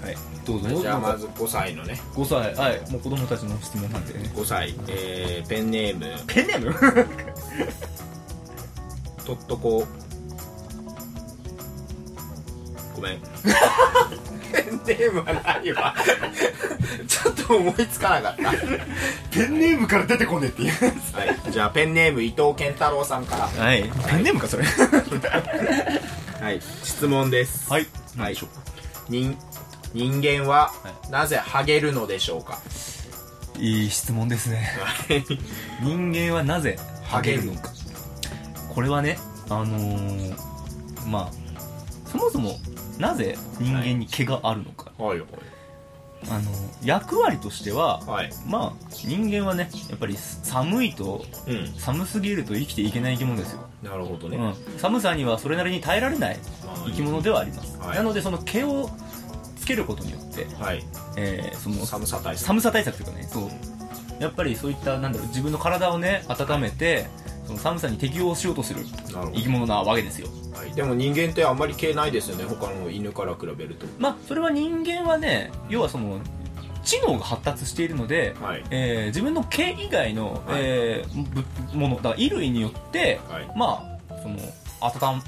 Speaker 1: はいどうぞ
Speaker 2: じゃあまず5歳のね
Speaker 1: 5歳はいもう子供たちの質問なんでね
Speaker 2: 5歳、えーペンネーム
Speaker 1: ペンネーム
Speaker 2: と っとこごめんペンネームはないわちょっと思いつかなかった
Speaker 4: ペンネームから出てこねえっていう
Speaker 2: はい、じゃあペンネーム伊藤健太郎さんか
Speaker 1: はいペンネームかそれ
Speaker 2: ら、はい、質問です、
Speaker 1: はい
Speaker 2: はい、人人間はなぜハゲるのでしょう か、
Speaker 1: いい質問ですね人間はなぜハゲるのかこれはねあのー、まあそもそもなぜ人間に毛があるのか、
Speaker 2: はいはい
Speaker 1: あの役割としては、
Speaker 2: はい
Speaker 1: まあ人間はねやっぱり寒いと
Speaker 2: うん
Speaker 1: 寒すぎると生きていけない生き物ですよ、
Speaker 2: なるほど
Speaker 1: うん、寒さにはそれなりに耐えられない生き物ではあります、
Speaker 2: はい
Speaker 1: なのでその毛をつけることによって、
Speaker 2: はい
Speaker 1: えーその
Speaker 2: 寒さ対策
Speaker 1: 寒さ対策というかねそうやっぱりそういったなんだろう自分の体をね温めて、その寒さに適応しようとする
Speaker 2: なるほど
Speaker 1: 生き物なわけですよ
Speaker 2: はいでも人間ってあんまり毛ないですよね他の犬から比べると
Speaker 1: まあそれは人間はね要はその知能が発達しているので、
Speaker 2: はい
Speaker 1: えー自分の毛以外の、
Speaker 2: はい
Speaker 1: えーぶものだから衣類によって、
Speaker 2: はい
Speaker 1: まあその温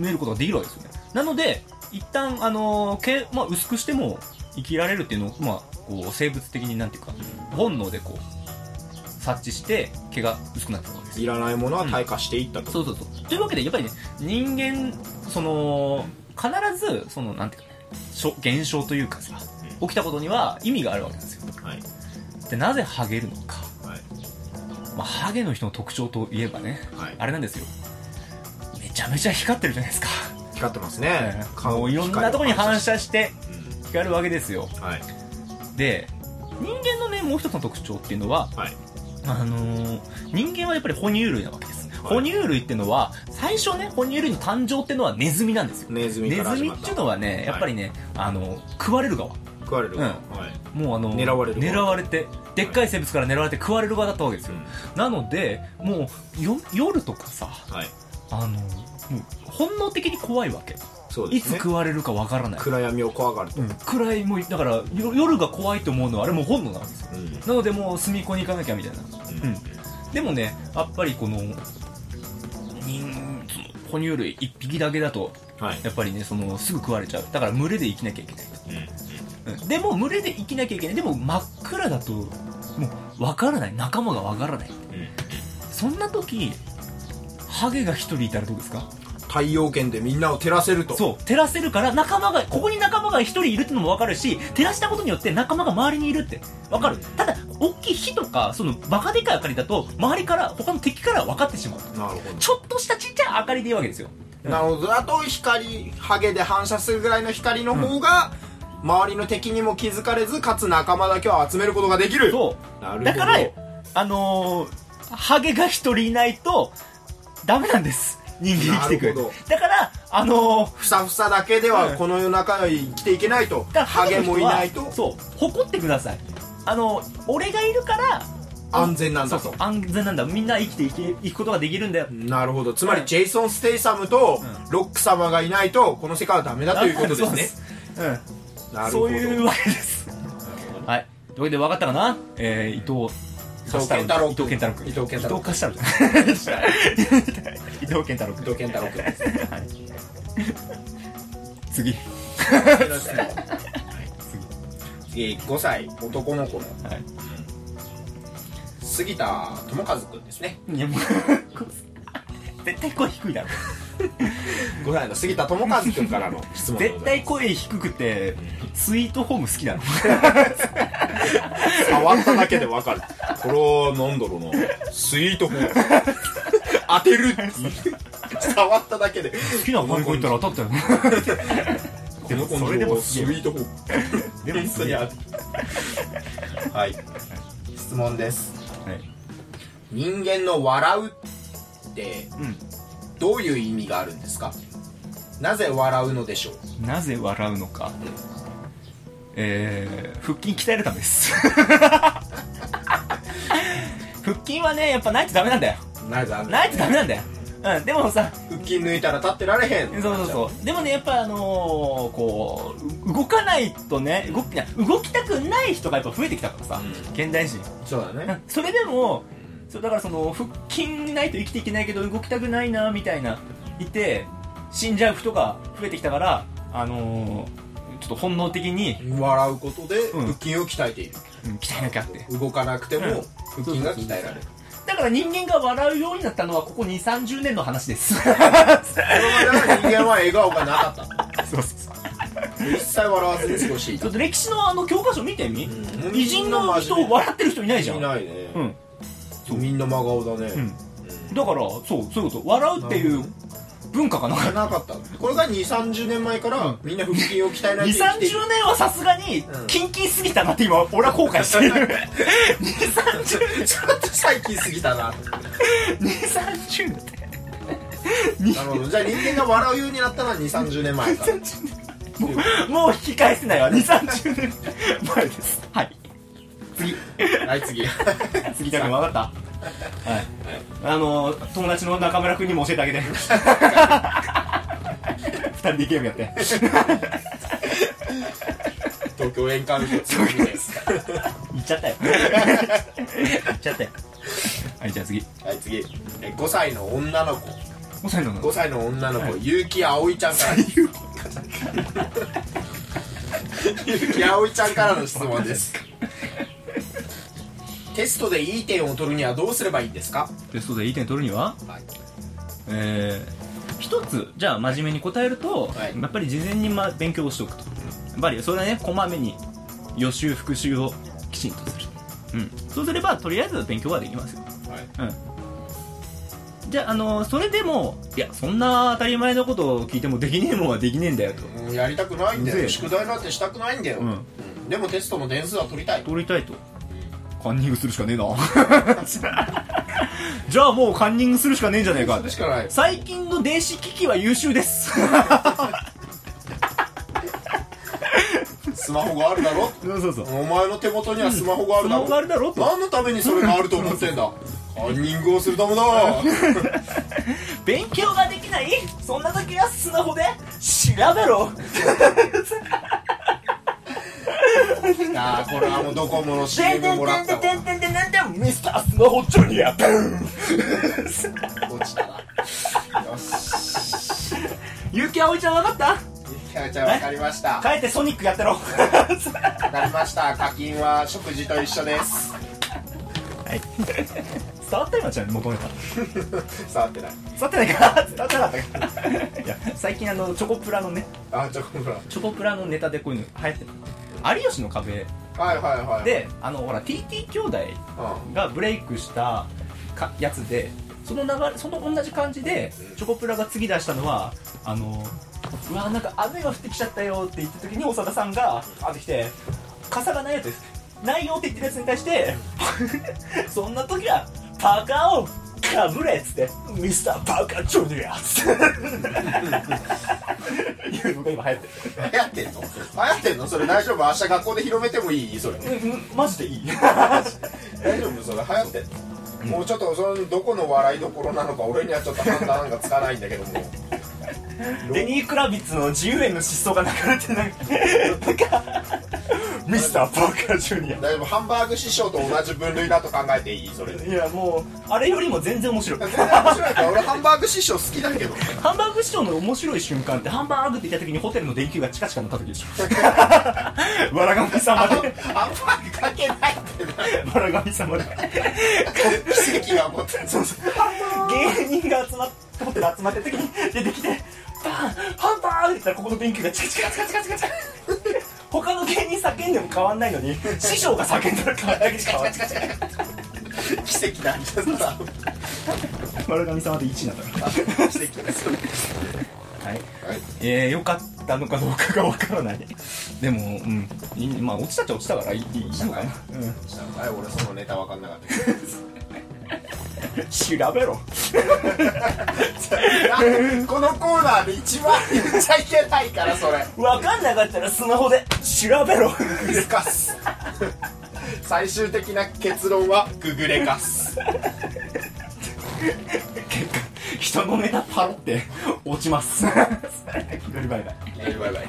Speaker 1: めることができるわけですよねなので一旦あの毛、まあ、薄くしても生きられるっていうのを、まあ、こう生物的になんていうか本能でこう察知して毛が薄くなってくるわけですよ
Speaker 2: いらないものは退化していったと、
Speaker 1: そうそうそうというわけでやっぱりね人間その必ずそのなんていうかねしょ現象というかさ起きたことには意味があるわけなんですよ
Speaker 2: はい
Speaker 1: でなぜハゲるのか、
Speaker 2: はい
Speaker 1: まあ、ハゲの人の特徴といえばね、
Speaker 2: はい
Speaker 1: あれなんですよめちゃめちゃ光ってるじゃないですか、
Speaker 2: 光ってますね
Speaker 1: もういろんなとこに反射して
Speaker 2: う
Speaker 1: 光るわけですよ
Speaker 2: んはい
Speaker 1: で人間のねもう一つの特徴っていうのは
Speaker 2: はい
Speaker 1: あのー人間はやっぱり哺乳類なわけです、
Speaker 2: はい
Speaker 1: 哺乳類ってのは最初ね哺乳類の誕生ってのはネズミなんですよ
Speaker 2: ネズミ
Speaker 1: ネ
Speaker 2: から
Speaker 1: ズ
Speaker 2: 始
Speaker 1: ミ
Speaker 2: ま
Speaker 1: っ
Speaker 2: った
Speaker 1: ていうのはねやっぱりね、あの食われる側
Speaker 2: 食われる
Speaker 1: うん
Speaker 2: はい
Speaker 1: もうあの
Speaker 2: 狙われる側
Speaker 1: 狙われてでっかい生物から狙われて食われる側だったわけですよ、なのでもうよ夜とかさ
Speaker 2: はい
Speaker 1: あのもう本能的に怖いわけ、
Speaker 2: そうで
Speaker 1: い
Speaker 2: す
Speaker 1: つ
Speaker 2: ね
Speaker 1: 食われるかわからない、
Speaker 2: 暗闇を怖がると、
Speaker 1: うん、暗いもうだからよ夜が怖いと思うのはあれもう本能なんですよ
Speaker 2: う
Speaker 1: な
Speaker 2: ん
Speaker 1: のでもう隅っこに行かなきゃみたいな
Speaker 2: うん
Speaker 1: でもねやっぱりこの人その哺乳類一匹だけだと
Speaker 2: はい、
Speaker 1: やっぱりねそのすぐ食われちゃうだから群れで生きなきゃいけないうんでも群れで生きなきゃいけないでも真っ暗だともう分からない仲間が分からないそんな時ハゲが一人いたらどうですか
Speaker 2: 太陽圏でみんなを照らせると
Speaker 1: そう照らせるから仲間がここに仲間が一人いるってのも分かるし照らしたことによって仲間が周りにいるって分かるただ大きい火とかそのバカでかい明かりだと周りから他の敵からは分かってしまう
Speaker 2: なるほ
Speaker 1: ちょっとしたちっちゃい明かりでいいわけですよ
Speaker 2: どなるほどあと光ハゲで反射するぐらいの光の方が、周りの敵にも気づかれずかつ仲間だけを集めることができる
Speaker 1: そ
Speaker 2: なるほ
Speaker 1: う
Speaker 2: ど
Speaker 1: だからあのーハゲが一人いないとダメなんです人間生きてい
Speaker 2: な
Speaker 1: く
Speaker 2: るほど
Speaker 1: だからあのー
Speaker 2: ふさふさだけで
Speaker 1: うん
Speaker 2: はこの世の中に生きていけないと、
Speaker 1: だから
Speaker 2: ハゲ
Speaker 1: の人
Speaker 2: もい
Speaker 1: は
Speaker 2: ないと
Speaker 1: そう誇ってくださいあの俺がいるから
Speaker 2: 安全なん
Speaker 1: そ
Speaker 2: だ
Speaker 1: う
Speaker 2: と
Speaker 1: そう安全なんだみんな生きていけいくことができるんだよ
Speaker 2: なるほどつま
Speaker 1: う
Speaker 2: り
Speaker 1: ん
Speaker 2: ジェイソン・ステイサムと
Speaker 1: うん
Speaker 2: ロック様がいないとこの世界はダメだということですね
Speaker 1: そうです
Speaker 2: な
Speaker 1: うん
Speaker 2: る
Speaker 1: そ
Speaker 2: ほど
Speaker 1: ういうわけですはいというわけで分かったかなえー、伊藤
Speaker 2: 伊藤健太郎
Speaker 1: 伊藤健太郎君
Speaker 2: 伊藤健太郎
Speaker 1: 伊藤健太郎君 伊藤健太郎君
Speaker 2: 伊藤健太郎君です
Speaker 1: 次
Speaker 2: 次5歳男の子の
Speaker 1: はい
Speaker 2: 杉田智和君ですね
Speaker 1: いやもう絶対声低いだろ
Speaker 2: 5歳の杉田智和君からの質問でご
Speaker 1: 絶
Speaker 2: ざい
Speaker 1: 対声低くてスイートホーム好きだ ろ
Speaker 2: ます触っただけでわかるこれはなんだろうなスイートホーム当てる触っただけで
Speaker 1: 好きな子行ったら当たったよ
Speaker 2: この子の
Speaker 1: それでも
Speaker 2: ス
Speaker 1: す
Speaker 2: イ
Speaker 1: げえ
Speaker 2: ートホーム
Speaker 1: でもすげえ
Speaker 2: 本当にはい質問です
Speaker 1: はい
Speaker 2: 人間の笑うって
Speaker 1: う
Speaker 2: どういう意味があるんですかなぜ笑うのでしょうん
Speaker 1: なぜ笑うのかえー、腹筋鍛えるためです 腹筋はねやっぱないとダメなんだよ
Speaker 2: なぜあんな
Speaker 1: ないとダメなんだようんでもさ
Speaker 2: 腹筋抜いたら立ってられへん
Speaker 1: そうそうそうでもねやっぱあのーこう動かないとね動きな動きたくない人がやっぱ増えてきたからさ、
Speaker 2: うん
Speaker 1: 現代人
Speaker 2: そうだね
Speaker 1: それでもそうだからその腹筋ないと生きていけないけど動きたくないなみたいないて死んじゃう人が増えてきたからあのーちょっと本能的に、
Speaker 2: 笑うことで
Speaker 1: ん
Speaker 2: 腹筋を鍛えている、
Speaker 1: うん、鍛えなきゃって
Speaker 2: 動かなくても腹筋が鍛えられる
Speaker 1: だから人間が笑うようになったのはここ2 3 0年の話です
Speaker 2: これまでの人間は笑顔がなかった
Speaker 1: そうそうそう
Speaker 2: 一切笑わずに過ごしてい
Speaker 1: ち
Speaker 2: た
Speaker 1: ょっと歴史のあの教科書見てみ、
Speaker 2: うん
Speaker 1: 偉人の人笑ってる人いないじゃん
Speaker 2: いないね、
Speaker 1: うん
Speaker 2: みんな真顔だね、
Speaker 1: んだからそうそういうこと笑うっていう文化がなかった
Speaker 2: なかったこれが2 3 0年前からみんな腹筋を鍛えない
Speaker 1: 2
Speaker 2: と生
Speaker 1: 3 0
Speaker 2: きている
Speaker 1: 年はさすがに
Speaker 2: うん
Speaker 1: キンキンすぎたなって今俺は後悔してる
Speaker 2: ちょっと最近過ぎたな
Speaker 1: 230年って
Speaker 2: なるほどじゃあ人間が笑うようになったのは2 3 0年前から
Speaker 1: もう引き返せないわ2 3 0年前ですはい次
Speaker 2: はい 次
Speaker 1: 杉田君分かったはいあの友達の中村君にも教えてあ げて二人でゲームやって
Speaker 2: 東京演歌歌です
Speaker 1: 言っちゃったよ言っちゃったよはいじゃあ次
Speaker 2: はい次え5歳の女の子
Speaker 1: 5歳な
Speaker 2: 5歳の女の子、結城葵ちゃ んからです結城葵ちゃんからの質問ですテストでいい点を取るにはどうすればいいんですか、
Speaker 1: テストでいい点取るには
Speaker 2: はい、
Speaker 1: えー、一つじゃあ真面目に答えると、
Speaker 2: はい
Speaker 1: やっぱり事前に、ま、勉強をしておくとやっぱりそれはねこまめに予習復習をきちんとするうんそうすればとりあえず勉強はできますようんじゃあ、あのそれでもいやそんな当たり前のことを聞いてもできねえもんはできねえんだよと
Speaker 2: もうやりたくないんだ
Speaker 1: うぜ
Speaker 2: よ
Speaker 1: え
Speaker 2: 宿題なんてしたくないんだよ、
Speaker 1: うん
Speaker 2: うんでもテストの点数は取りたい
Speaker 1: 取りたいとカンニングするしかねえなじゃあもうカンニングするしかねえんじゃねえか
Speaker 2: それしかない
Speaker 1: 最近の電子機器は優秀です
Speaker 2: スマホがあるだろ
Speaker 1: そうそうそう
Speaker 2: お前の手元にはスマホがあるだろ,、
Speaker 1: うんスマホがあるだろと
Speaker 2: 何のためにそれがあると思って んだカンニングをするためだ
Speaker 1: 勉強ができないそんな時はスマホで調べろ
Speaker 2: あーこれはもうドコ
Speaker 1: で
Speaker 2: モの
Speaker 1: んで
Speaker 2: CM
Speaker 1: ん
Speaker 2: もら
Speaker 1: で
Speaker 2: っ
Speaker 1: ん
Speaker 2: た
Speaker 1: でん
Speaker 2: わ
Speaker 1: でんでんでんでんミスタースマホジュニアブーン
Speaker 2: 落ちたなよし
Speaker 1: ゆきあおいちゃん分かっ
Speaker 2: ひかるちゃんわかりました
Speaker 1: た帰ってソニックやってろは
Speaker 2: わかりました課金は食事と一緒です
Speaker 1: い伝わった今ちゃん求めた
Speaker 2: 触ってない
Speaker 1: 伝わってないか伝わってなか ったかいや最近あのチョコプラのね
Speaker 2: あちょほら
Speaker 1: チョコプラのネタでこういうの流行ってる有吉の壁
Speaker 2: はいはいはい
Speaker 1: であのほら TT 兄弟がブレイクしたかやつでその流れその同じ感じでチョコプラが次出したのはあのうわなんか雨が降ってきちゃったよって言った時に長田さんがあってきて傘がないやつですないよって言ってるやつに対して そんな時はパーカーをかぶれっつってミスターパーカージョニアっつって いうのが今流行ってる
Speaker 2: うん流行ってんの流行ってんのそれ大丈夫明日学校で広めてもいいそれ
Speaker 1: うんうんマジでいい
Speaker 2: 大丈夫それ流行ってんのもうちょっとそのどこの笑いどころなのか俺にはちょっと判断がつかないんだけども
Speaker 1: デニー・クラビッツの自由への失踪が流れてなんかなんかミスター・パーカージュニ
Speaker 2: 大丈夫ハンバーグ師匠と同じ分類だと考えていいそれ
Speaker 1: アいやもうあれよりも全 然面 白い
Speaker 2: 全然面白いから俺ハンバーグ師匠好きだけど
Speaker 1: ハンバーグ師匠の面白い瞬間ってハンバーグって言った時にホテルの電球がチカチカ鳴った時で しょわらがみ様で
Speaker 2: ハンバーグ関係ないって
Speaker 1: わ
Speaker 2: な
Speaker 1: らがみ様で
Speaker 2: 奇跡が起こってるそうそう
Speaker 1: 芸人が集まってホテル集まってる時に出てきてバーンハンバーグって言ったらここの電球がチカチカチカチカチカチカ他の芸人叫んでも変わんないのに師匠が叫んだら変わんないチカチカチカチカ
Speaker 2: 奇跡なんじゃさ
Speaker 1: 丸神様で1だったか
Speaker 2: 奇跡です
Speaker 1: らはい
Speaker 2: はい
Speaker 1: えー、よかったのかどうかがわからないでもうんいいまあ落ちたっちゃ落ちたからいいいいのかな、う
Speaker 2: はい、俺そのネタ分かんなかったけ
Speaker 1: ん、調べろ
Speaker 2: どこのコーナーで一番言っちゃいけないからそ れ
Speaker 1: わかんなかったらスマホで調べろ
Speaker 2: グレカス最終的な結論はググレカ ス
Speaker 1: 結果 人のネタパロって落ちます左バイバイ
Speaker 2: はいバイバイ